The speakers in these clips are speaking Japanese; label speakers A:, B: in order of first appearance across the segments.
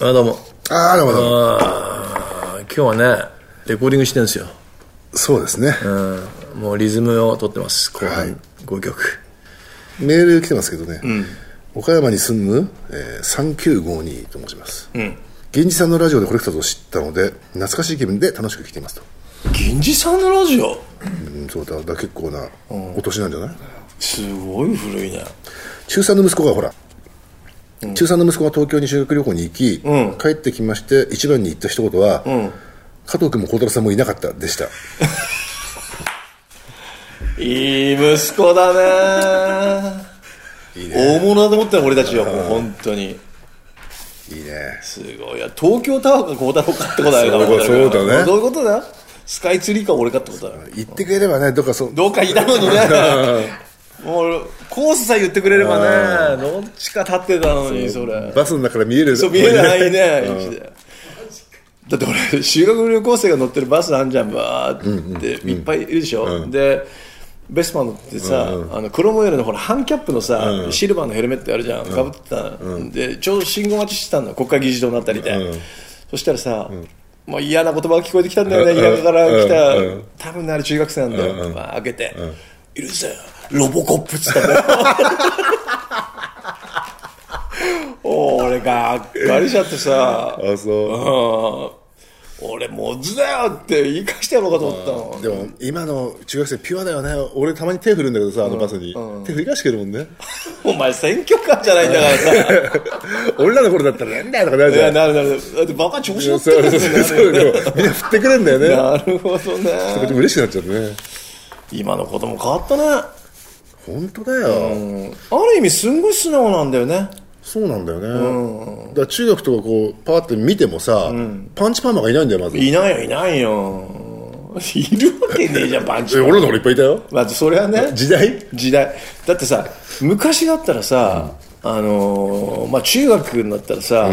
A: あどうも
B: ああ、でもでも、
A: あ今日はねレコーディングしてるんですよ、
B: そうですね。
A: うん、もうリズムを取ってます後
B: は
A: 半
B: い
A: 5曲、
B: メール来てますけどね、岡山に住む、えー、3952と申します、源氏さんのラジオでコレクターと知ったので懐かしい気分で楽しく聴いていますと、
C: 銀次さんのラジオ
B: うん、そうだだ結構なお年なんじゃない、
C: すごい古いね
B: 中3の息子がほら、中3の息子が東京に修学旅行に行き、帰ってきまして一番に言った一言は、加藤君も孝太郎さんもいなかったでした
C: いい息子だね
B: いいね
C: 大物だと思ったよ俺たちはもう本当に
B: いいね
C: すごいいや東京タワーか孝太郎かってことだよ
B: そうそうだね
C: どういうことだスカイツリーか俺かってことだよ
B: 言ってくれればねどっかそう
C: どうかいたの にねもうコースさえ言ってくれればねどっちか立ってたのにそれ
B: バスの中から見える
C: そう見えないね位置でだって俺修学旅行生が乗ってるバスあんじゃんバーっていっぱいいるでしょ、でベスパ乗ってさ、あの黒模様のほらハンキャップのさ、シルバーのヘルメットあるじゃんかぶってたの、でちょうど信号待ちしてたの国会議事堂のあたりで、そしたらさ、もう嫌な言葉が聞こえてきたんだよね、田舎から来た、多分ねあれ中学生なんだよ、まあ、開けて、いるぜロボコップっつったんだ よおー俺がっかりしちゃってさ
B: あそ
C: う
B: う
C: ん俺もずだよって言い返してやろうかと思ったの
B: でも今の中学生ピュアだよね俺たまに手振るんだけどさあのバスに、手振り返してくれるもんね
C: お前選挙官じゃないんだからさ
B: 俺らの頃だったらなんだよとかなる
C: い
B: じゃ
C: や
B: ん
C: なるなるだってバカ調子乗って
B: そう
C: るん
B: そう
C: です
B: そう
C: よ
B: そうでもみんな振ってくれるんだよね
C: なるほど
B: こっち
C: ね
B: も嬉しくなっちゃうね
C: 今の子供変わったね
B: 本当だよ、
C: ある意味すんごい素直なんだよね
B: そうなんだよね、だから中学とかこうパーって見てもさ、パンチパーマがいないんだよまず
C: いないよいないよいるわけねえじゃんパンチ
B: え俺らの頃いっぱいいたよ
C: まずそれはね
B: 時代
C: 時代だってさ昔だったらさ、あのーまあ、中学になったらさ、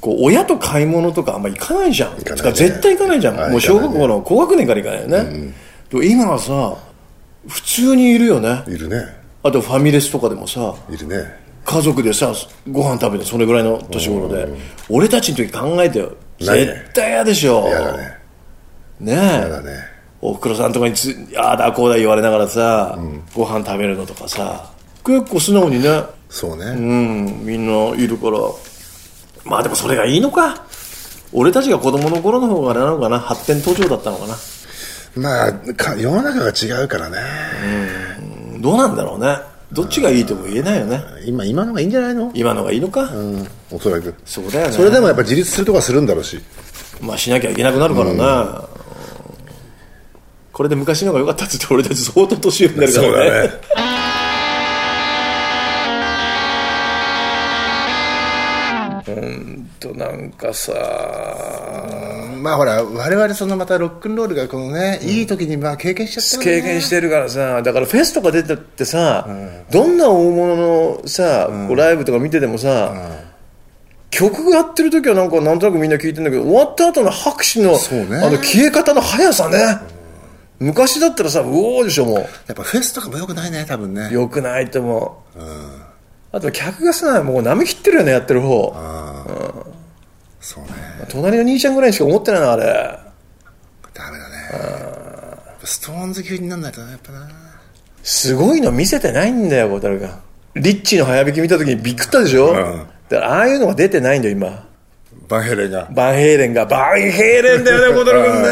C: こう親と買い物とかあんま行かないじゃん
B: かないね
C: だから絶対行かないじゃん、
B: はい
C: もう小学
B: 行か
C: 校の高学年から行かないよね、でも今はさ普通にいるよね
B: いるね
C: あとファミレスとかでもさ
B: いるね
C: 家族でさご飯食べてそれぐらいの年頃で俺たちの時考えてよ
B: ないね
C: 絶対嫌でしょ
B: 嫌だね
C: ね
B: 嫌だ
C: え
B: ね
C: おふくろさんとかにつああだこうだ言われながらさ、ご飯食べるのとかさ結構素直にね
B: そうね、
C: うんみんないるからまあでもそれがいいのか俺たちが子供の頃の方があれなのかな発展途上だったのかな
B: まあか世の中が違うからね、
C: どうなんだろうねどっちがいいとも言えないよね
B: 今今のがいいんじゃないの、
C: 今のがいいのか、
B: うん、おそらく
C: そうだよね
B: それでもやっぱ自立するとかするんだろうし
C: まあしなきゃいけなくなるからな、うんこれで昔の方が良かったって言って俺たち相当年上になるからね ほんとなんかさ
B: まあほら我々そのまたロックンロールがこのね、いい時にまあ経験しちゃったからね
C: 経験してるからさだからフェスとか出てってさ、どんな大物のさ、こうライブとか見ててもさ、曲がやってる時はなんかなんとなくみんな聞いてんだけど終わった後の拍手の,、
B: そうね
C: あの消え方の速さね、昔だったらさうおーでしょもう
B: やっぱフェスとかもよくないね多分ね
C: よくないと思う、あと客がさもう舐め切ってるよねやってる方
B: そうね
C: 隣の兄ちゃんぐらいにしか思ってないなあれ
B: ダメだねストーンズ級になんないとねやっぱな
C: すごいの見せてないんだよ小樽がリッチーの早弾き見た時にビクったでしょ、
B: ん
C: だからああいうのが出てないんだよ今
B: バンヘレンが
C: バンヘイレンがバンヘイレンだ よね小樽君ね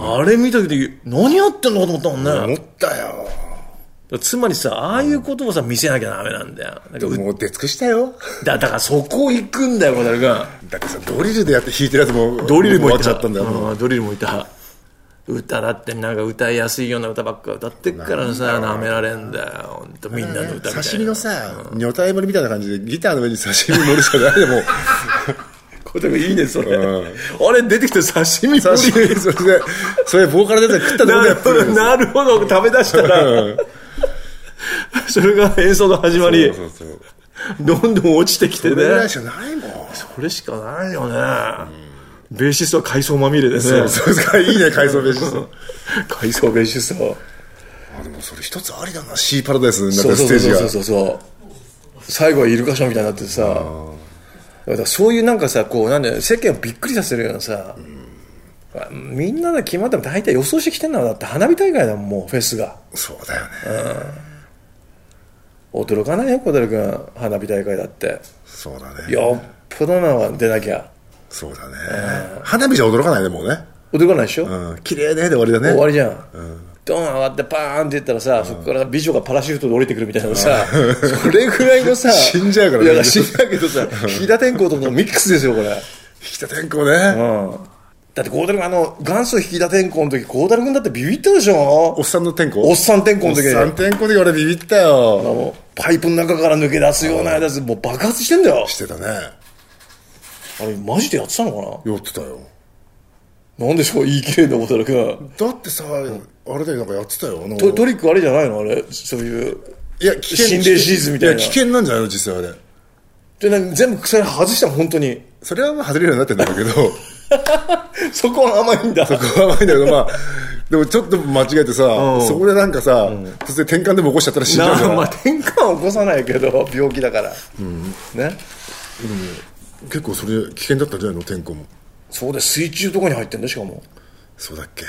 C: あれ見た時何やってんのかと思ったもんね、だか
B: 思ったよ
C: らつまりさああいうことをさ見せなきゃダメなんだよなんかう
B: もう出尽くしたよ
C: だだからそこ行くんだよ小樽君
B: だってさドリルでやって弾いてるやつも
C: ドリルもい
B: 終わ
C: た
B: っちゃったんだよ、もう
C: うんドリルもいた歌だってなんか歌いやすいような歌ばっか歌ってっからさなめられんだよほんとみんなの歌みたいな
B: 刺身のさ女体盛りみたいな感じでギターの上に刺身盛るしかないでもう
C: これでもいいねそれ、
B: うん
C: あれ出てきて刺身盛
B: 刺身 それでそれボーカル出て食ったとこ
C: な
B: ろで
C: る
B: やって
C: ほど
B: る
C: なるほど食べ出したらそれが演奏の始まり
B: そうそうそう
C: どんどん落ちてきて
B: それぐら
C: ね
B: いしかないもん
C: これしかないよね、ベーシストは海藻まみれでね
B: そうそうそういいね改 装ベーシスト
C: 海藻ベーシスト
B: あでもそれ一つありだなシーパラダイスになっ
C: そう
B: た
C: そ
B: ス
C: う
B: テージ
C: そう
B: が
C: そうそうそう最後はイルカショーみたいになっててさだからそういうなんかさこうなんだよ世間をびっくりさせるようなさ、あみんなで決まっても大体予想してきてんだろうだって花火大会だもんもうフェスが
B: そうだよね
C: 驚かないよ小鳥君花火大会だって
B: そうだね
C: よっぽどなのが出なきゃ
B: そうだね花火じゃ驚かないねもうね
C: 驚かないでしょ、
B: うん綺麗ねで終わりだね
C: 終わりじゃん、ドーン上がってパーンって言ったらさ、そこから美女がパラシュートで降りてくるみたいなのさ、 それぐらいのさ
B: 死んじゃうからね
C: いや死んじゃうけどさ飛田天候とのミックスですよこれ
B: 引田天候ね
C: うんだって孝太郎君あの元祖引田天候の時孝太郎君だってビビったでし
B: お
C: ょ
B: っさんの天候
C: おっさん天候の時
B: おっさん天候で俺ビビったよ
C: もうパイプの中から抜け出すようなやつもう爆発してんだよ
B: してたね
C: あれマジでやってたのか
B: 酔ってたよ
C: ななんでしょう言い切れんだ孝太郎君
B: だってさ、あれだよなんかやってたよなんか
C: トトリックあれじゃないのあれそういう
B: いや危険
C: 心霊シリーズみたいない
B: や危険なんじゃないの実際あれ
C: でなんか全部それ外したの本当に
B: それはまあ外れるようになってんだ けど
C: そこは甘いんだ
B: 怖いんだけど、まあ、でもちょっと間違えてさ、そこでなんかさ、突然転換でも起こしちゃったら死んじゃうか
C: なあまあ
B: ら、
C: 転換は起こさないけど病気だから、ね
B: 結構それ危険だったんじゃないの、天候も。
C: そうで水中とかに入ってんだしかも
B: そうだっけ。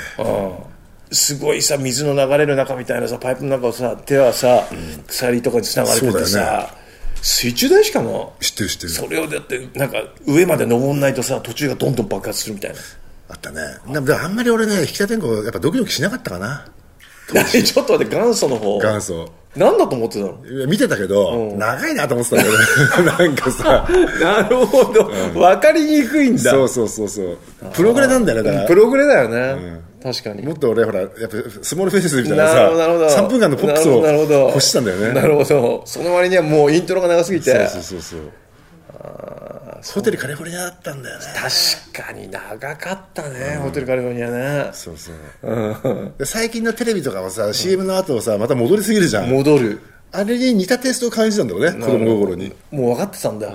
C: すごいさ水の流れる中みたいなさパイプの中をさ手はさ、鎖とかにつながれてて
B: そうだよ
C: さ、水中だよしかも
B: 知ってる知ってる。
C: それをだってなんか上まで登んないとさ途中がどんどん爆発するみたいな
B: あったね。でもでもあんまり俺ね、引田天候、やっぱドキドキしなかったかな、
C: 何 ちょっと待って元祖の方
B: 元祖。
C: 何だと思ってたの
B: いや見てたけど、長いなと思ってたんだけど、なんかさ、
C: なるほど、分かりにくいんだ
B: そうそうそうそう、プログレなんだよね、だか
C: プ
B: ら。
C: ログレだよね、確かに
B: もっと俺、ほら、やっぱスモールフェイスみたいな
C: なるほどなるほど
B: さ、3分間のポップスを
C: なるほどなるほど
B: 欲してたんだよね。
C: なるほどその割にはもうイントロが長すぎて
B: そうそうそうそう。ホテルカリフォルニアだったんだよね。
C: 確かに長かったね、ホテルカリフォルニアね
B: そうそう。で最近のテレビとかはさ、CM の後はさ、また戻りすぎるじゃん。
C: 戻る
B: あれに似たテイストを感じたんだろうね、子供心に。
C: もう分かってたんだ、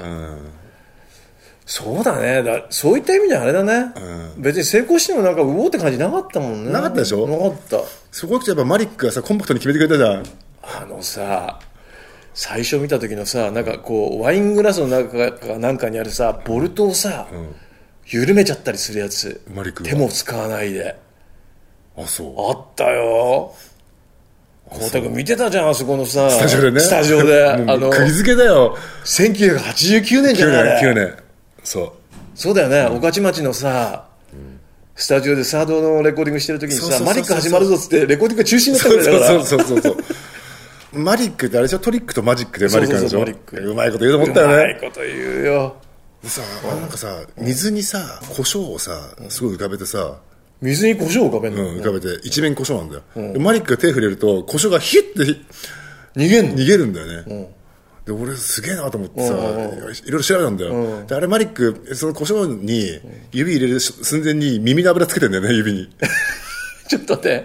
C: そうだねだそういった意味ではあれだね、別に成功してもなんかうおーって感じなかったもんね
B: なかったでしょ
C: なかった
B: そこ行くとやっぱマリックがさ、コンパクトに決めてくれたじゃん。
C: あのさ最初見た時のさなんかこうワイングラスの中かなんかにあるさボルトをさ、緩めちゃったりするやつ
B: マリックが
C: 手も使わないで
B: あ、そ
C: あったよ光太君見てたじゃんあそこのさ
B: う。スタジオでね。
C: スタジオであ
B: もう
C: の
B: 釘付けだよ。
C: 1989年じゃ
B: 9
C: ないあ
B: 年、
C: れ
B: 9年。そ
C: そうだよね、御徒町のさ、スタジオでサードのレコーディングしてる時に
B: そうそう
C: さ、
B: そうそ
C: マ
B: う
C: リック始まるぞっつって、レコーディングが中止になっ
B: う。
C: たぐ
B: そ
C: ら
B: う
C: いだから、
B: そうそうそうそう。マリックってあれでしょトリックとマジックでマリックなんでし
C: そう
B: ょ
C: そうそうマリック
B: うまいこと言うと思ったよ
C: うま
B: ね
C: い。こと言うよ、
B: でさ、あれなんかさ、水にさ、胡椒をさ、すごい浮かべてさ、
C: 水に胡椒を浮かべんの、
B: うん、浮かべて、一面胡椒なんだよ、でマリックが手触れると、胡椒がヒュッてひ
C: 逃げんの、
B: 逃げるんだよね。で、俺すげえなと思ってさ、いろいろ調べたんだよ、で、あれマリック、その胡椒に指入れる寸前に耳の油つけてんだよね、指に。
C: ちょっと待っ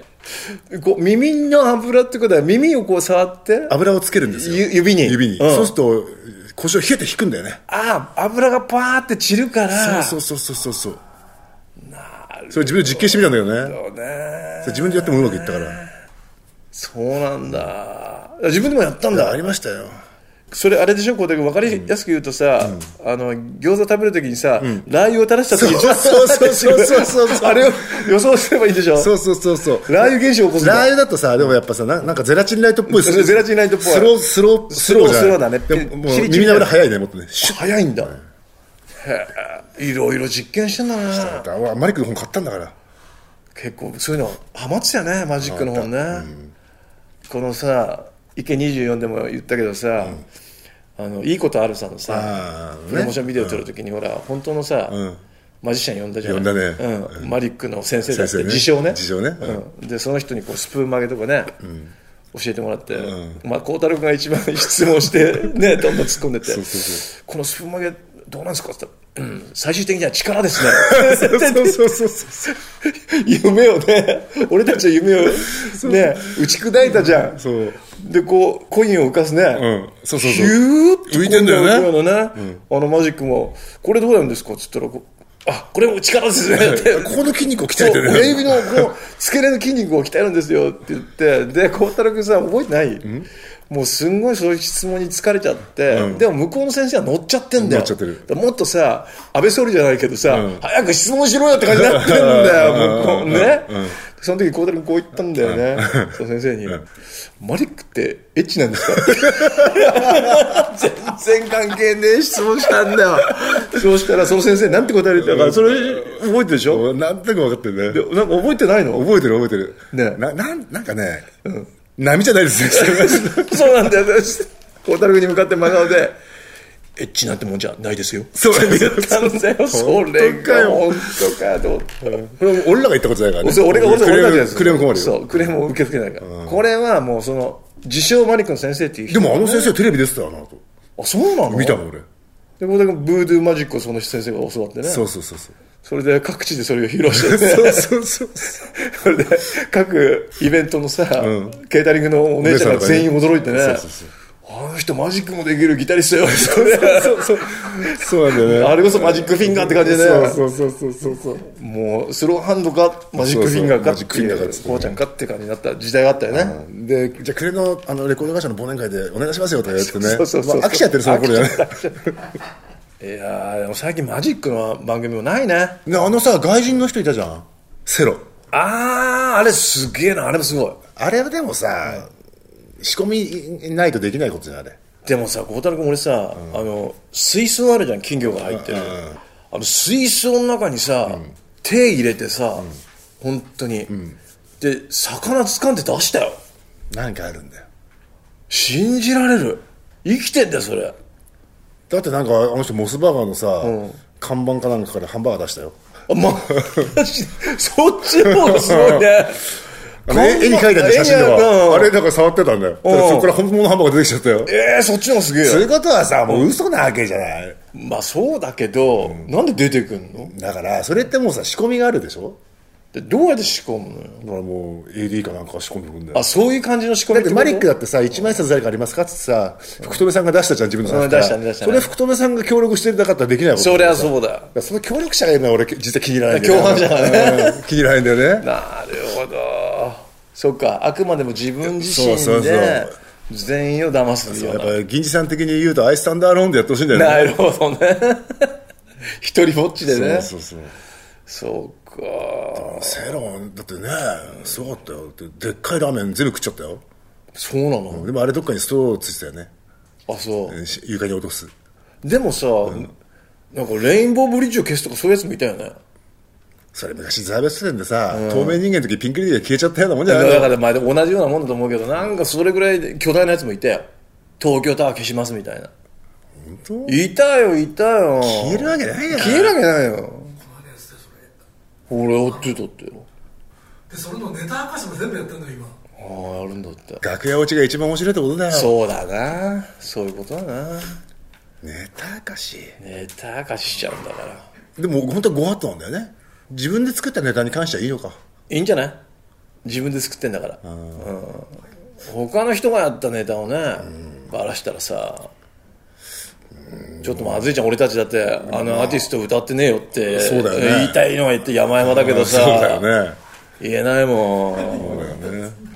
C: て、こう耳の油ってことは、耳をこう触って、あ
B: 油をつけるんですよ。
C: ゆ指に
B: 指に。
C: うん
B: そうすると、胡椒ヒュッて引くんだよね。
C: あ、油がパーって散るから、
B: そうそうそうそうそう。それ自分で実験してみたんだけどね。
C: そうね
B: それ自分でやってもうまくいったから。
C: そうなんだ、自分でもやったんだ
B: あ。りましたよ。
C: それあれでしょ、こうだけど分かりやすく言うとさ、あの餃子食べるときにさ、ラー油を垂らしたときに、
B: そうそうそうそうそうそうそう
C: あれを予想すればいいでしょ、
B: そうそうそうそう。
C: ラー油現象を起こすん
B: ラー
C: だ
B: 油だとさ、でもやっぱさ、ななんかゼラチンライトっぽい。
C: そうゼラチンライトっぽい
B: スロー、スロー、
C: スロー
B: じゃん
C: スローだね
B: でもも
C: ピ
B: う
C: リピリ
B: 耳の油早いね、もっとね。シュッ
C: 早いんだ、へえいろいろ実験してんだね、
B: だわマリックの本買ったんだから。
C: 結構そういうの、ハマってたよね、マジックの本ね。このさ、池24でも言ったけどさ、あのいいことあるさのさ
B: あ、ーね
C: プロモーションビデオ撮るときに、ほら、本当のさ、
B: ん
C: マジシャン呼んだじゃん、
B: 呼んだね
C: うん、マリックの先生だって、
B: 先生ね
C: 自称ね、
B: 自称ねう
C: うんでその人にこうスプーン曲げとかね、教えてもらって、まあ、孝太郎君が一番質問 して、ね、どんどん突っ込んでって、
B: そうそ
C: このスプーン曲げ、どうなんですかって言ったら、うん、最終的には力 ですね。
B: そうそうそうそう。
C: 夢をね俺たちの夢をね打ち砕いたじゃん
B: そう
C: でこうコインを浮かすね、
B: うん。 そうそう
C: ヒ
B: そう。
C: ューって
B: 浮いてんだよね
C: コインが浮くようなねあのマジックもこれどうなんですかっつったらこうあこれも力ですねって
B: ここの筋 肉を鍛
C: そ
B: え
C: う
B: てる
C: 親指のこの付け根の筋肉を鍛えるんですよって言ってで孝太郎君さ覚えてないもうすんごいそういう質問に疲れちゃって、でも向こうの先生は乗っちゃってんだよ
B: 乗っちゃってる
C: だからもっとさ安倍総理じゃないけどさ、早く質問しろよって感じになってんだよ向こうね、その時孝太郎君こう言ったんだよね、その先生に、マリックってエッチなんですか?」全然関係ねえ質問したんだよそうしたらその先生なんて答えるってたからそれ覚えてるでしょ
B: なんとなく分かってるね
C: でなんか覚えてないの
B: 覚えてる覚えてる
C: ね
B: ななんなんかね、波じゃないですね
C: そうなんだよ。孝太郎に向かって真顔で、エッチなんてもんじゃないですよ。
B: そう
C: 言ったんだよ、それが。本当かよ、と思って。
B: これも俺らが言ったことないからね
C: それ俺が俺が
B: クレーム
C: 俺がです
B: クレーム困る
C: そ
B: よ
C: う、クレームを受け付けないから。これはもうその、自称マリックの先生っていう
B: で
C: 人。
B: もあの先生テレビ出てたよなと
C: あ、そうなの
B: 見たもん。俺
C: で、孝太郎ブードゥーマジックをその先生が教わってね。
B: そうそうそうそう
C: それで各地でそれを披露してね。
B: そうそう
C: それで各イベントのさ、ケータリングのお姉ちゃんが全員驚いてね
B: そうそうそう
C: あの人マジックもできるギタリストよそうそう
B: そうなんだよね
C: あれこそマジックフィンガーって感じでね
B: そうそうそうそうそう
C: もうスローハンドかマジックフィンガーか
B: そうそうマジックフィンガーかっつってね
C: こうちゃんかって感じになった時代があったよね、
B: でじゃあクレのあのレコード会社の忘年会でお願いしますよとか言ってね
C: そうそうそうそう
B: まあ、飽きちゃってるその頃やね
C: いやーでも最近マジックの番組もないね
B: ねあのさ外人の人いたじゃんセロ
C: あああれすげえなあれもすごい
B: あれはでもさ、仕込みないとできないことじゃんあれ
C: でもさ孝太郎君俺さ、あの水槽あるじゃん金魚が入ってる、あの水槽の中にさ、手入れてさ、本当に、で魚掴んで出したよ
B: なんかあるんだよ
C: 信じられる生きてんだよそれ
B: だってなんかあの人モスバーガーのさ、看板かなんかからハンバーガー出したよ
C: あまそっちの方がすごい ね
B: あの絵絵に描いたんだよ写真で
C: 絵にある
B: は
C: な
B: あれだから触ってたんだよただそこから本物のハンバーガー出てきちゃったよ
C: えー、そっちの方がすげえ
B: そうい
C: よ
B: うことはさもう嘘なわけじゃない
C: まあそうだけど、なんで出てくんの
B: だからそれってもうさ仕込みがあるでしょ
C: でどうやって仕込むのよ
B: だからもう AD かなんかが仕込んでくんだよ
C: あそういう感じの仕込み
B: だ
C: っ
B: ってて
C: こと
B: マリックだってさ1枚札誰かありますかってさ福留さんが出したじゃん自分の
C: う
B: 札
C: ん
B: から
C: 出したね出したね
B: それ福留さんが協力してなかったらできないこと
C: そりゃそううだ
B: その協力者がいるのは俺実は気に入らないんだよ
C: 共犯者が
B: うん 気に入らないんだよね
C: なるほどそっかあくまでも自分自身
B: そうそうそ
C: で
B: う
C: 全員を騙すよう
B: やっ
C: な
B: ぱ銀次さん的に言うとアイスタンダーローンでやってほしいんだよね
C: なるほどね一人ぼっちでね
B: そうそうそう
C: そうか
B: セロンだってねすごかったよだってでっかいラーメン全部食っちゃったよ
C: そうなの
B: でもあれどっかにストローついてたよね
C: あそ
B: うんし床に落とす
C: うでもさなんかレインボーブリッジを消すとかそういうやつもいたよね
B: それ昔ザーベス店でさ、透明人間の時ピンクレディーが消えちゃったようなもんじゃ
C: だ
B: ないの
C: からまあでも同じようなもんだと思うけどなんかそれぐらい巨大なやつもいたよ東京タワー消しますみたいな
B: 当
C: いたよいたよ
B: 消えるわけないやん
C: 消えるわけないよ俺追ってたってよ
D: でそれのネタ明かしも全部やってんだよ今
C: ああやるんだって
B: 楽屋落ちが一番面白いってことだよ
C: そうだなそういうことだな
B: ネタかし
C: ネタ明かししちゃうんだから
B: でも本当はご法度なんだよね自分で作ったネタに関してはいいのか
C: いいんじゃない自分で作ってんだから、うん、他の人がやったネタをね、バラしたらさちょっとまずいじゃん俺たちだってあのアーティスト歌ってねえよって
B: そうだよね
C: 言いたいのは言って山々だけどさ、
B: そうだよね
C: 言えないもん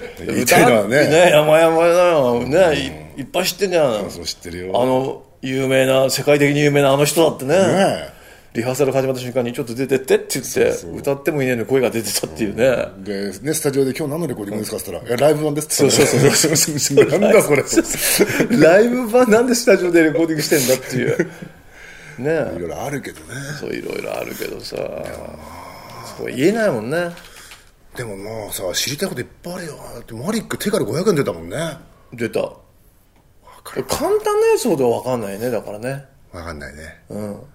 B: 言いたいのは
C: 歌って
B: ね
C: ね山々だよね、いいっぱい知ってんじゃん
B: そう知ってるよ
C: あの有名な世界的に有名なあの人だってね
B: ね
C: リハーサル始まった瞬間にちょっと出てってって言って歌ってもいねえのに声が出てたっていうね、
B: で、ね、スタジオで今日何のレコーディングですかって言ったら、いや、ライブ版ですって言った
C: そうそう
B: そうそう。なんだこれ。い
C: ライブ版なんでスタジオでレコーディングしてんだっていうねえ
B: ろいろあるけどね。
C: そういろいろあるけどさそう言えないもんね
B: でもまあさ、知りたいこといっぱいあるよ。だってマリック手から500円出たもんね。わ
C: 出た
B: か
C: 簡単なやつほど分かんないねだからね
B: かんないね。
C: うんだか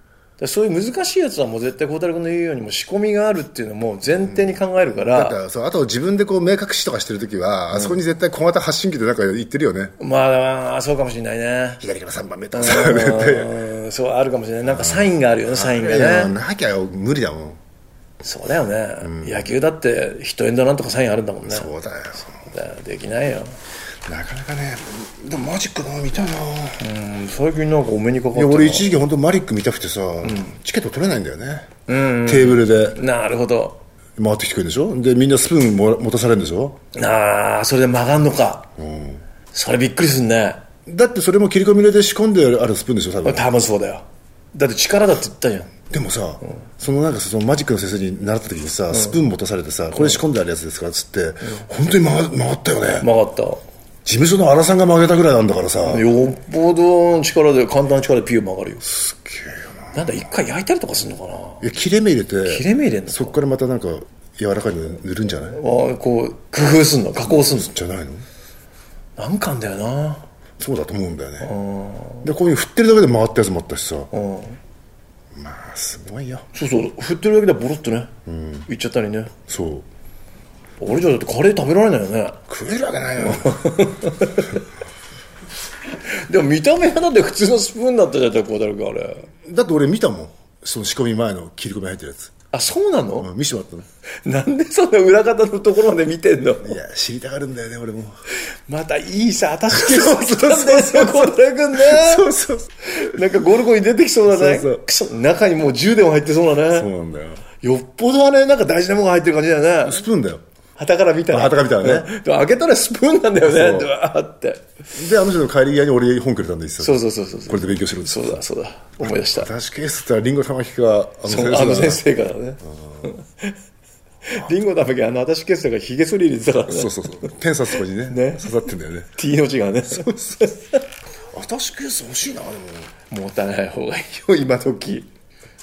C: らそういう難しいやつはもう絶対孝太郎君の言うようにもう仕込みがあるっていうのも前提に考えるか
B: だ
C: ら、
B: からそう、あと自分でこう、目隠しとかしてるときは、あそこに絶対小型発信機でなんか言ってるよね。
C: まあそうかもしれないね
B: 左から3番目とかさ、絶対。
C: うんそうあるかもしれないなんかサインがあるよねサイン
B: いや
C: がね
B: なきゃ無理だもん。
C: そうだよね、野球だってヒットエンドなんとかサインあるんだもんね
B: そうだよ。
C: だからできないよ
B: なかなかねでもマジックな見たいない
C: うん最近なんかお目にかかった
B: や
C: な
B: 俺一時期本当マリック見たくてさ、チケット取れないんだよね、テーブルで
C: なるほど
B: 回ってきてくるんでしょでみんなスプーンも持たされるんでしょ
C: ああそれで曲がんのか、それびっくりすんね
B: だってそれも切り込み入れて仕込んであるスプーンでしょ多分
C: 多分そうだよだって力だって言ったじゃん
B: でもさ、そのなんかそのマジックの先生に習った時にさ、スプーン持たされてさ、これ仕込んであるやつですからっつって、本当に回回ったよね、
C: 曲がった
B: 事務所の荒さんが曲げたぐらいなんだからさ、
C: よっぽどの力で簡単な力でピュー曲がるよ
B: すっげえよな
C: なんだ一回焼いたりとかするのかない
B: や切れ目入れて
C: 切れ目入れんのか
B: そっからまたなんか柔らかいの塗るんじゃない
C: ああこう工夫すんの加工すんの
B: じゃないの
C: なんかあんだよな
B: そうだと思うんだよねでこういう振ってるだけで回ったやつもあったしさまあすごいよ
C: そうそう振ってるだけでボロっとね、いっちゃったりね
B: そう
C: 俺じゃだってカレー食べられないよね
B: 食えるわけないよ
C: でも見た目はだって普通のスプーンだったじゃん孝太郎君あれ
B: だって俺見たもんその仕込み前の切り込み入ってるやつ
C: あそうなの、
B: うん見せてもらった
C: なんでそんな裏方のところまで見てんの
B: のいや知りたがるんだよね俺も
C: またいいさ私ってそうなんですよ孝太郎君ね
B: そうそうそ
C: なんかゴルゴに出てきそうだね
B: そうそう
C: くそ中にもう銃でも入ってそうだ
B: う
C: ね
B: なんだよ
C: よっぽどあれなんか大事なものが入ってる感じだよね
B: スプーンだよ
C: 旗から見たら
B: あ旗から見たらね
C: でも開けたらスプーンなんだよね
B: そう
C: うわーって
B: であの人の帰り際に俺本くれたんでいいっす
C: そ
B: よ
C: うそうそうそう
B: これで勉強しろって
C: そうだそうだ思い出した
B: 私ケースって言ったらリンゴ玉木かあの先
C: そ
B: 生
C: うあの
B: だな
C: 先生からねリンゴだけあの私決戦がひげ剃り入れてたからね
B: そうそうそう天札とかにね
C: ね
B: 刺さってんだよね
C: T の字がね
B: 私ケース欲しいなでも
C: 持たない方がいいよ今時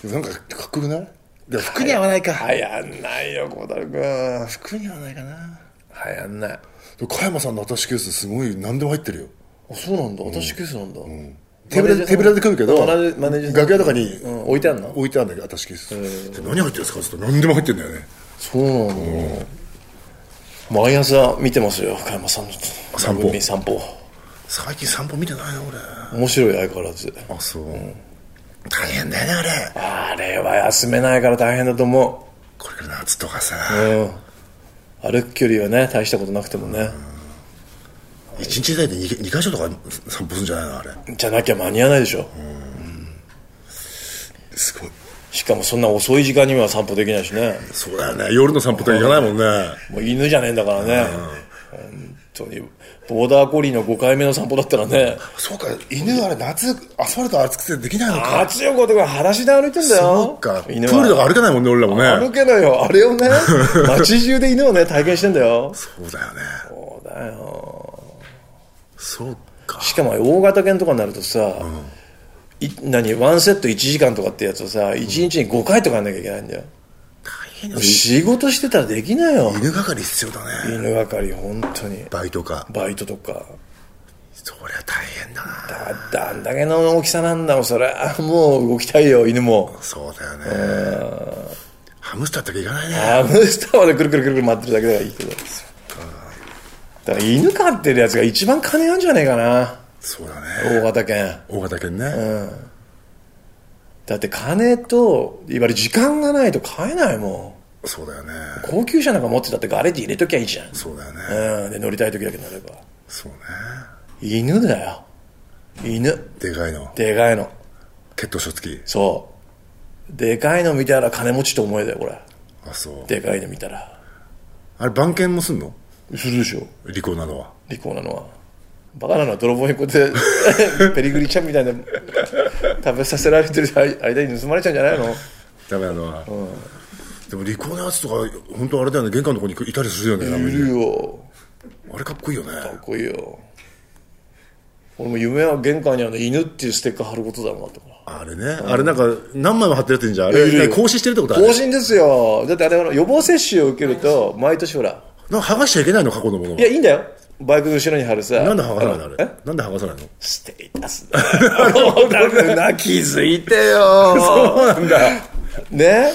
B: でもなんかかっこよくないでも服に合わないか、
C: はやんないよ孝太郎君は
B: 服に合わないかな
C: やんない
B: で加山さんの私ケースすごい何でも入ってるよ
C: あそうなんだ私決戦なんだ
B: 手ぶらで手ぶらで来るけど
C: マネージャーさんマネージャーさん
B: 楽屋とかに
C: うん置いてあんの
B: 置いてあるんだけど私ケースで何入ってるんですかって言ったら何でも入ってんだよね
C: そうなの、毎朝見てますよ加山さんの
B: 散歩
C: 番組散歩
B: 最近散歩見てないの俺
C: 面白い相変わらず
B: あそう、大変だよね俺
C: あれは休めないから大変だと思
B: これから夏とかさ、
C: う、うん、歩く距離はね大したことなくてもね、
B: 一日大体 2, 2箇所とか散歩するんじゃないのあれ
C: じゃなきゃ間に合わないでしょ、
B: すごい
C: しかもそんな遅い時間には散歩できないしね
B: そうだよね夜の散歩とか行かないもんね
C: もう犬じゃねえんだからね、本当にボーダーコリーの5回目の散歩だったらね
B: そうか犬あれ夏アスファルト暑くてできないのか
C: 圧力って裸足で歩いてんだよ
B: そうかプ
C: 犬
B: ールと
C: は
B: か歩けないもんね俺らも
C: 歩
B: ね
C: けないよあれを ね街中で犬をね体験してんだよ
B: そうだよね
C: そうだよ
B: そうか
C: しかも大型犬とかになるとさ、い何ワンセット1時間とかってやつをさ1日に5回とかやんなきゃいけないんだよ、
B: 大変だよ
C: 仕事してたらできないよ
B: 犬係必要だね
C: 犬係本当に
B: バイトか
C: バイトとか
B: そりゃ大変だな
C: あだんだけの大きさなんだもんそれはもう動きたいよ犬も
B: そうだよねハムスターだけ行かないね
C: ハムスターまでくるくるくるくる回ってるだけだからいいけどだから犬飼ってるやつが一番金あんじゃねえかな
B: そうだ
C: 大
B: ね
C: 型犬
B: 大型犬ね
C: だって金といわゆる時間がないと飼えないも
B: そうだよね
C: ん高級車なんか持ってたってガレージ入れときゃいいじゃん
B: そうだよね
C: うんで乗りたい時だけ乗れば
B: そうね
C: 犬だよ犬
B: でかいの
C: でかいの
B: 血糖書付き
C: そうでかいの見たら金持ちと思えだよこれ
B: あそう
C: でかいの見たら
B: あれ番犬もすんの
C: するでしょ
B: 利口なのは
C: 利口なのはバカなのは泥棒にこう やってペリグリちゃんみたいな食べさせられてる間に盗まれちゃうんじゃないの
B: ダメなのは、でも利口なやつとか本当あれだよね玄関のとこにいたりするよね
C: いるよ
B: あれかっこいいよね
C: かっこいいよ俺も夢は玄関にあの犬っていうステッカー貼ることだろうなとか
B: あれね、あれなんか何枚も貼ってるやついいんじゃんあ
C: いる
B: れ
C: よ
B: 更新してるってことあ
C: 更
B: る
C: 新ですよだってあれは予防接種を受けると毎年ほら
B: なんか剥がしちゃいけないの過去のもの
C: いやいいんだよバイクの後ろに貼るさ
B: なんで剥がさないのあ
C: え
B: れなんで剥がさないの
C: ステータスだよな気づいてよそうなんだね、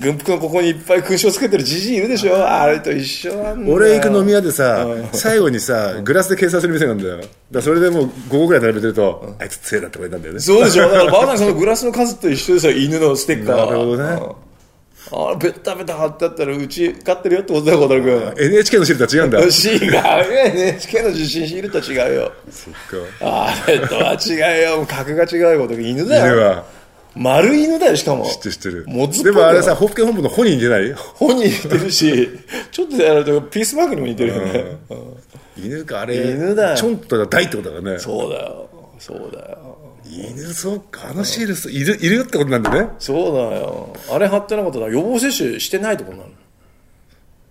C: 軍服のここにいっぱい勲章つけてるじじいいるでしょあれと一緒なんだよ
B: 俺行く飲み屋でさ、最後にさ、グラスで計算する店なんだよ。だからそれでもう5個ぐらい並べてると、あいつ強いなってこれなんだよね。
C: そうでしょだからバーナーそのグラスの数と一緒ですよ犬のステッカーは
B: なるほどね
C: うんあベタベタ貼ってあったらうち勝ってるよってことだよ小太郎君
B: NHK のシールとは違うんだ。そっ
C: C が NHK の受信シールと違うよ
B: か。
C: あれとは違うよもう格が違うよ小太郎君犬だよ
B: 犬は
C: 丸犬だよしかも
B: 知って知ってる。
C: もずっ
B: で
C: ぽいよ
B: もあれさ、保府県本部の本人じゃない
C: 本に似てるし ちょっとやるとピースマークにも似てるよね、
B: 犬か、あれ。
C: 犬だよ
B: ちょんとが大ってことだからね。
C: そうだよそうだよ
B: 犬、そうか。あのシールそう、いる、いるよってことなんだね。
C: そうだよあれ貼ってなかったら予防接種してないとこなの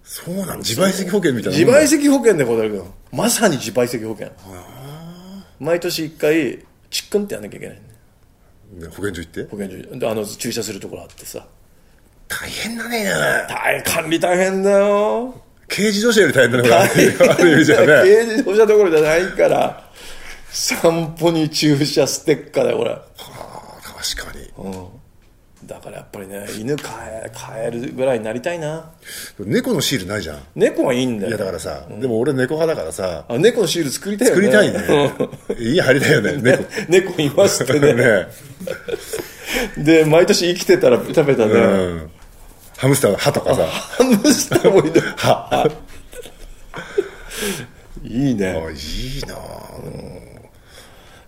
B: そうなの自賠責保険みたいなもんだ。
C: 自賠責保険で答えるけどまさに自賠責保険毎年1回チックンってやんなきゃいけないね
B: ね保健所行って。
C: 保健所であの駐車するところあってさ
B: 大変だね犬。
C: 大変管理大変だよ
B: 軽自動車より大変だねこれ。ある意味 じゃね。
C: 軽自動車どころじゃないから散歩に駐車ステッカーだよこれ
B: あー確かに。
C: だからやっぱりね犬飼え飼えるぐらいになりたいな
B: 猫のシールないじゃん。
C: 猫はいいんだ
B: い
C: よ
B: やだからさ、でも俺猫派だからさ、
C: あ猫のシール作りたいよ
B: 作
C: ね
B: りたいね。家入りたいよね、猫。
C: 猫いますって ね
B: ね。
C: で毎年生きてたらベタベタね、
B: うん。ハムスターの歯とかさ。
C: ハムスターもいる。いいね。
B: あいいなぁ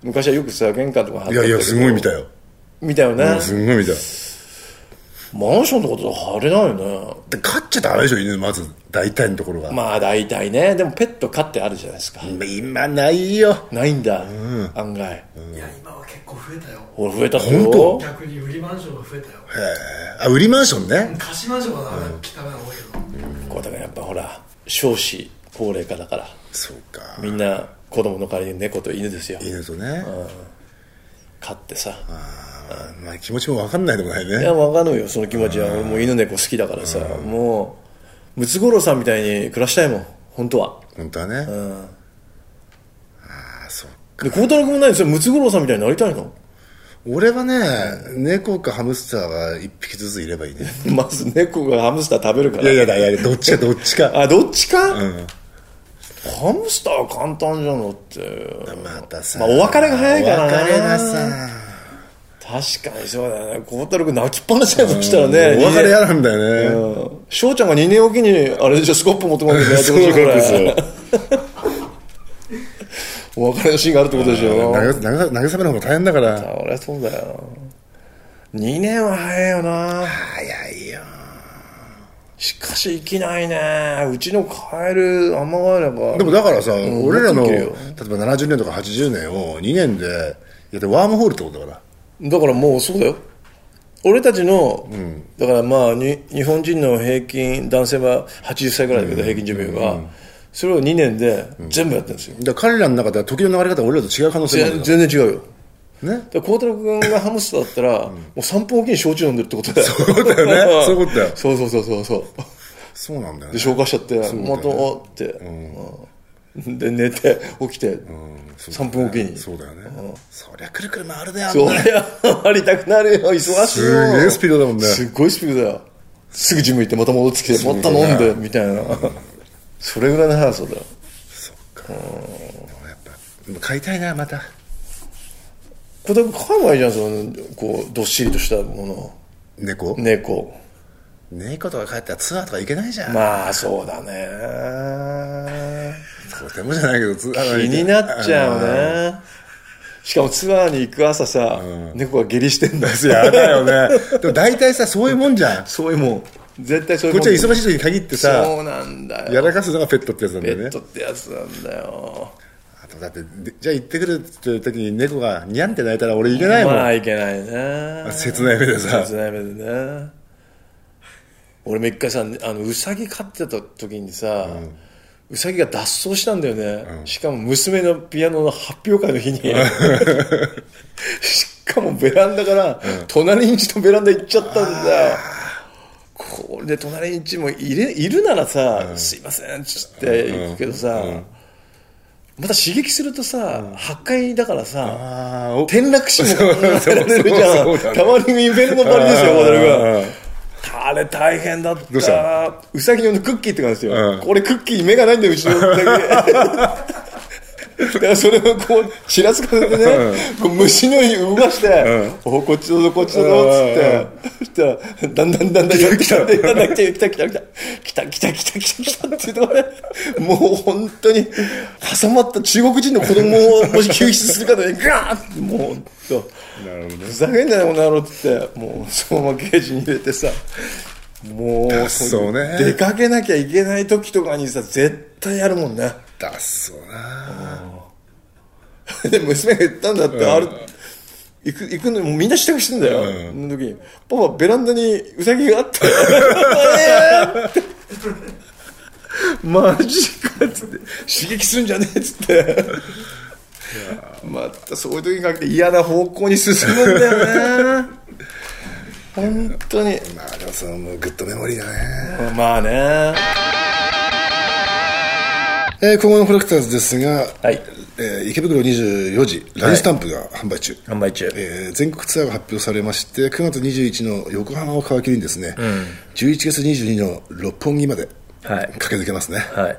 C: 昔はよくさ、玄関とか貼っ
B: い
C: てあ
B: や
C: った
B: い
C: けど
B: や、すごい見た。よ。
C: 見たよね。
B: すごい見たよ。
C: マンションとかだと貼れないよね。
B: で、飼っちゃダメでしょ、犬、まず。大体のところが。
C: まあ大体ね。でもペット飼ってあるじゃないですか。
B: 今ないよ。
C: ないんだ。案外。
D: いや今は結構増えたよ
C: ほら増えた
B: 本当
D: 逆に売りマンションが増えたよ
B: あ、売りマンションね。
D: 貸しマンションはな汚いの多いけど
C: こうだからやっぱほら、少子高齢化だから。
B: そうか。
C: みんな子供の代わりに猫と犬ですよ。
B: 犬とね。
C: 飼ってさ。
B: あまあ、気持ちもわかんないでもない
C: い
B: ね
C: や、。わかるよ、その気持ちは。俺もう犬猫好きだからさ。もう、ムツゴロウさんみたいに暮らしたいもん。本当は。
B: 本当はね。ああ、そう
C: で、孝太郎君もないですよ。ムツゴロウさんみたいになりたい の
B: 俺はね、猫かハムスターは一匹ずついればいいね。
C: まず猫がハムスター食べるから。
B: いやいやだ、いやいや、どっちかどっちか。
C: あ、どっちか、ハムスターは簡単じゃんだって。
B: またさ。
C: まあお別れが早いから
B: お
C: な
B: 別れがさ。
C: 確かにそうだよね。孝太郎君泣きっぱなしだよ、そしたらね。
B: お別れ
C: や。
B: 嫌なんだよね。
C: うん。翔ちゃんが2年おきに、あれでしょ、スコップ持ってもらってやってほしいか
B: なん
C: ら。
B: ですよ。
C: お別れのシーンがあるってことでしょ。
B: 投げ投げ投げめの方が大変だから。
C: 俺はそうだよ。2年は早いよな。
B: 早いよ。
C: しかし生きないね。うちのカエル、あんまガエルが。
B: でもだからさ、
C: ん
B: 俺らの、
C: もっと
B: 例
C: いける
B: え
C: よ
B: ば70年とか80年を2年で、やってワームホールってことだから。
C: だからもうそうだよ俺たちの、だからまあに日本人の平均男性は80歳ぐらいだけど、平均寿命が、それを2年で全部やってるんですよ、
B: だから彼らの中では時の流れ方が俺らと違う可能性もある
C: ぜ
B: んだ
C: 全然違うよ
B: ね。
C: だから孝太郎君がハムスターだったら、もう3分おきに焼酎飲んでるってことだよそう
B: だよねそういうことだよ
C: そうそうそうそうそう
B: そうなんだよ
C: で
B: ね。
C: 消化しちゃって、
B: ね
C: またおって、うんで寝て起きて、3分おきにそ
B: そうだよね。そりゃくるくる回るだよ。
C: ういやありたくなるよ忙しいよ
B: すげえスピードだもんね。
C: すっごいスピードだよすぐジム行ってまた戻ってきてまた飲んでみたいな、それぐらいの速さだよ
B: やっぱ、でも買いたいな、また。
C: これだけ買えばいいじゃんそのこうどっしりとしたもの
B: 猫、
C: 猫
B: 猫とか帰ったらツアーとか行けないじゃん。
C: まあそうだね
B: とてもじゃないけど、ツアーは
C: 気
B: 行け
C: になっちゃうねしかもツアーに行く朝さ、猫が下痢してんだよ
B: い やだよね。でも大体さ、そういうもんじゃん。こ
C: そういうもん絶対そういう
B: っ
C: もん
B: ちは忙しい時に限ってさ、
C: そうなんだ
B: や
C: よ
B: らかすのがペットってやつなんだ
C: ペ
B: よね
C: ット。ってやつなんだよ
B: あとだって、でじゃあ行ってくるっていう時に猫がニャンって泣いたら俺行けないもん。
C: まあいけないね
B: 切ない目でさ
C: 切ない目でね俺も一回さあのうさぎ飼ってた時にさ、うさぎが脱走したんだよね、しかも娘のピアノの発表会の日に しかもベランダから隣ん家のベランダ行っちゃったんだよ、これで隣ん家もいれいるならさ、すいませんっつって行くけどさ、また刺激するとさ、8階だからさ、
B: ああ、お
C: 転落死も考えられるじゃ
B: そ
C: ん
B: うそうそうそうだ。ね
C: たまにイベントばりですよ、
B: うん
C: 小樽
B: うんうん
C: 君。あれ大変だった。
B: うした
C: うさぎ用のクッキーって感じですよ。
B: うん
C: これクッキーに目がないんだよ、うちのうさぎ。 だからそれをこう、ちらつかせてね、こう虫のように動かして、おこっちだぞ、こっちだぞ、つって。そしたら、だんだんだんだんやってきた。だんだん来た来た来た来た来た来た来た来た来たって言うと俺、もう本当に、挟まった中国人の子供をもし救出するかで、ガーッて、もう、本当
A: なるほどね
C: ふざけんなよ、この野郎って言って、もう、そのままケージに入れてさ、もう、
A: そうね
C: 出かけなきゃいけない時とかにさ、絶対やるもんね。
A: だっそうな
C: で娘が言ったんだって、ある行く行くのにもうみんな支度してんだよ、その時に「パパベランダにウサギがあったよ」 えーってマジかっつって刺激すんじゃねえっつってまたそういう時にかけて嫌な方向に進むんだよね本当に
A: まあでもそのもうグッドメモリーだね
C: まあね
A: えー、今後のコレクターズですが、
E: はい
A: えー池袋24時、ラインスタンプが販売中、
E: 販売中。
A: えー全国ツアーが発表されまして、9月21の横浜を皮切りにですね、11月22の六本木まで
E: はい
A: 駆け抜けますね、
E: はい。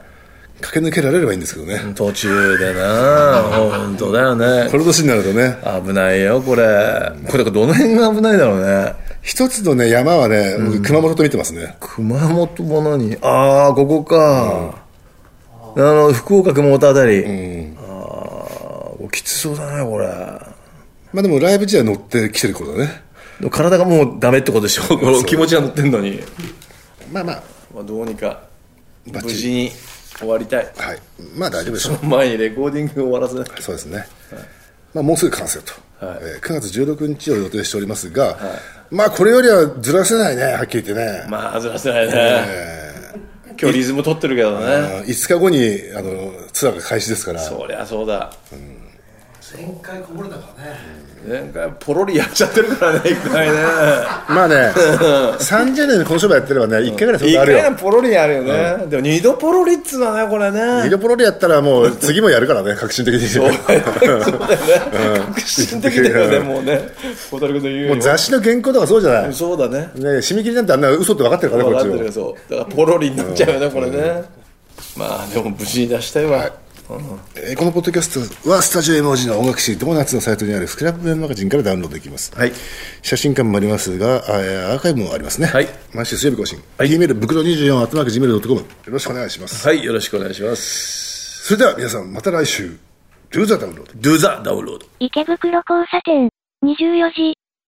A: 駆け抜けられればいいんですけどね、
E: 途中でな本当だよね
A: こ。の年になるとね、
E: 危ないよ、これ。これ、どの辺が危ないだろうね。
A: 一つの、ね、山はね、僕、熊本と見てますね、
E: 熊本も何ああ、ここか。あの、福岡、熊本あたり。ああ、きつそうだな、これ。
A: まあ、でもライブ時は乗ってきてることだね、
E: でも体がもうダメってことで しょ、この気持ちが乗ってんのに。
A: まあまあ、
C: まあどうにか
A: バッチ
C: 無
A: リ
C: 事に終わりたい
A: はい、まあ大丈夫でしょう。
C: 前にレコーディングを終わらせない
A: そうですね、まあ、もうすぐ完成と、
C: はい
A: えー9月16日を予定しておりますが、まあこれよりはずらせないね、はっきり言ってね、
C: まあずらせないね、今日リズム取ってるけど
A: あ
C: ね
A: の5日後にあのツアーが開始ですから、
C: そりゃそうだ
D: 前回こぼれたからね、
C: 前回ポロリやっちゃってるからね一回ね
A: まあね、30年でこの商売やってればね、1回ぐらいそうい
C: 一
A: うのある
C: 回の
A: よ、
C: ポロリあるよね、でも二度ポロリっつうのはねこれ
A: ミ
C: ね
A: ドポロリやったら、もう次もやるからね、革新的に、
C: そうだよね革新的だよねもうね小樽君の言うよう
A: も
C: に
A: う 雑誌の原稿とかそうじゃない、ね、
C: そうだね
A: 締め切りなんてあんな嘘って分かってるからね、
C: 分
A: こ
C: かっ
A: っち
C: てる
A: も
C: よ。そうだからポロリになっちゃうよね、これね、まあでも無事に出したいわ、
A: えーこのポッドキャストはスタジオ M 文字の音楽誌ドーナツのサイトにあるスクラップメンマガジンからダウンロードできます、
E: はい
A: 写真館もありますがあえーアーカイブもありますね、
E: はい
A: 毎週水曜日更新、はい、Gmail 袋24アットマーク Gmail.com よろしくお願いします、
E: はい、よろしくお願いします。
A: それでは皆さんまた来週 Do the download
E: Do the download.
F: 池袋交差点、24時。